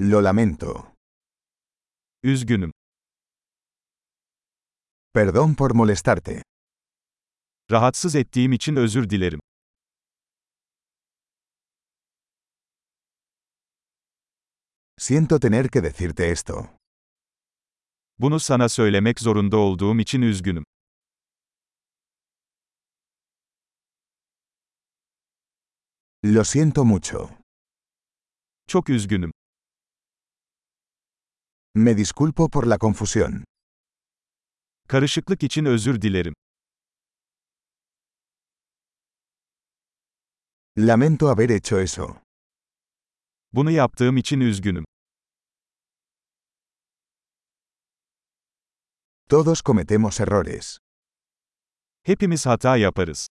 Lo lamento. Üzgünüm. Perdón por molestarte. Rahatsız ettiğim için özür dilerim. Siento tener que decirte esto. Bunu sana söylemek zorunda olduğum için üzgünüm. Lo siento mucho. Çok üzgünüm. Me disculpo por la confusión. Karışıklık için özür dilerim. Lamento haber hecho eso. Bunu yaptığım için üzgünüm. Todos cometemos errores. Hepimiz hata yaparız.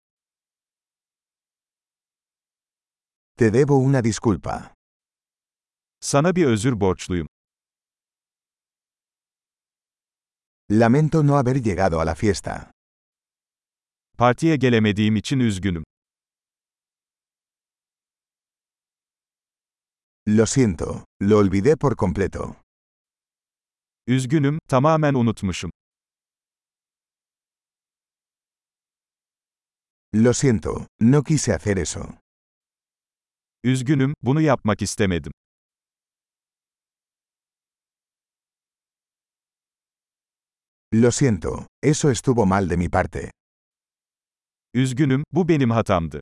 Te debo una disculpa. Sana bir özür borçluyum. Lamento no haber llegado a la fiesta. Partiye gelemediğim için üzgünüm. Lo siento, lo olvidé por completo. Üzgünüm, tamamen unutmuşum. Lo siento, no quise hacer eso. Üzgünüm, bunu yapmak istemedim. Lo siento, eso estuvo mal de mi parte. Üzgünüm, bu benim hatamdı.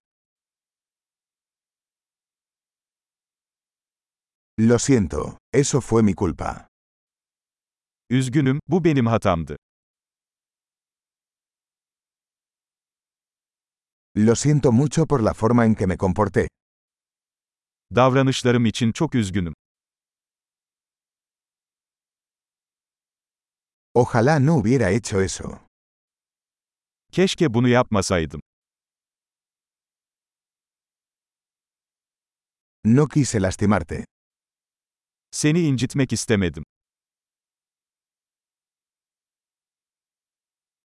Lo siento, eso fue mi culpa. Üzgünüm, bu benim hatamdı. Lo siento mucho por la forma en que me comporté. Davranışlarım için çok üzgünüm. Ojalá no hubiera hecho eso. Keşke bunu yapmasaydım. No quise lastimarte. Seni incitmek istemedim.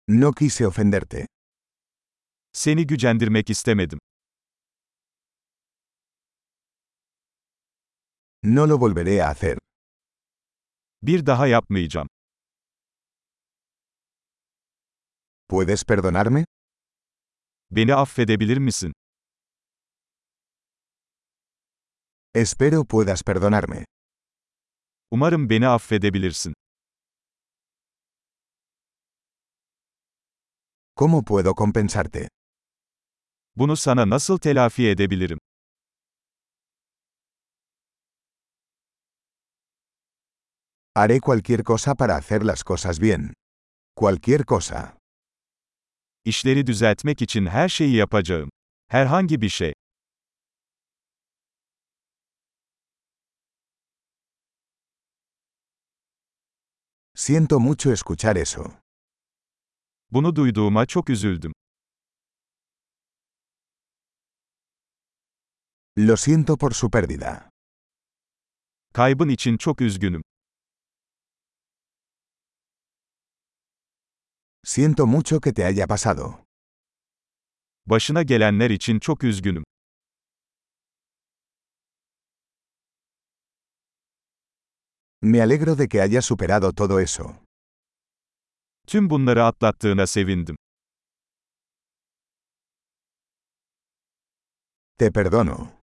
No quise ofenderte. Seni gücendirmek istemedim. No lo volveré a hacer. Bir daha yapmayacağım. ¿Puedes perdonarme? Beni affedebilir misin? Espero puedas perdonarme. Umarım beni affedebilirsin. ¿Cómo puedo compensarte? Bunu sana nasıl telafi edebilirim? Haré cualquier cosa para hacer las cosas bien. Cualquier cosa. İşleri düzeltmek için her şeyi yapacağım. Herhangi bir şey. Siento mucho escuchar eso. Bunu duyduğuma çok üzüldüm. Lo siento por su pérdida. Kaybın için çok üzgünüm. Siento mucho que te haya pasado. Başına gelenler için çok üzgünüm. Me alegro de que hayas superado todo eso. Tüm bunları atlattığına sevindim. Te perdono.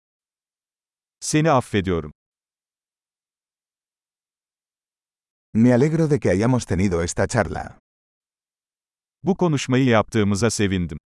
Seni affediyorum. Me alegro de que hayamos tenido esta charla. Bu konuşmayı yaptığımıza sevindim.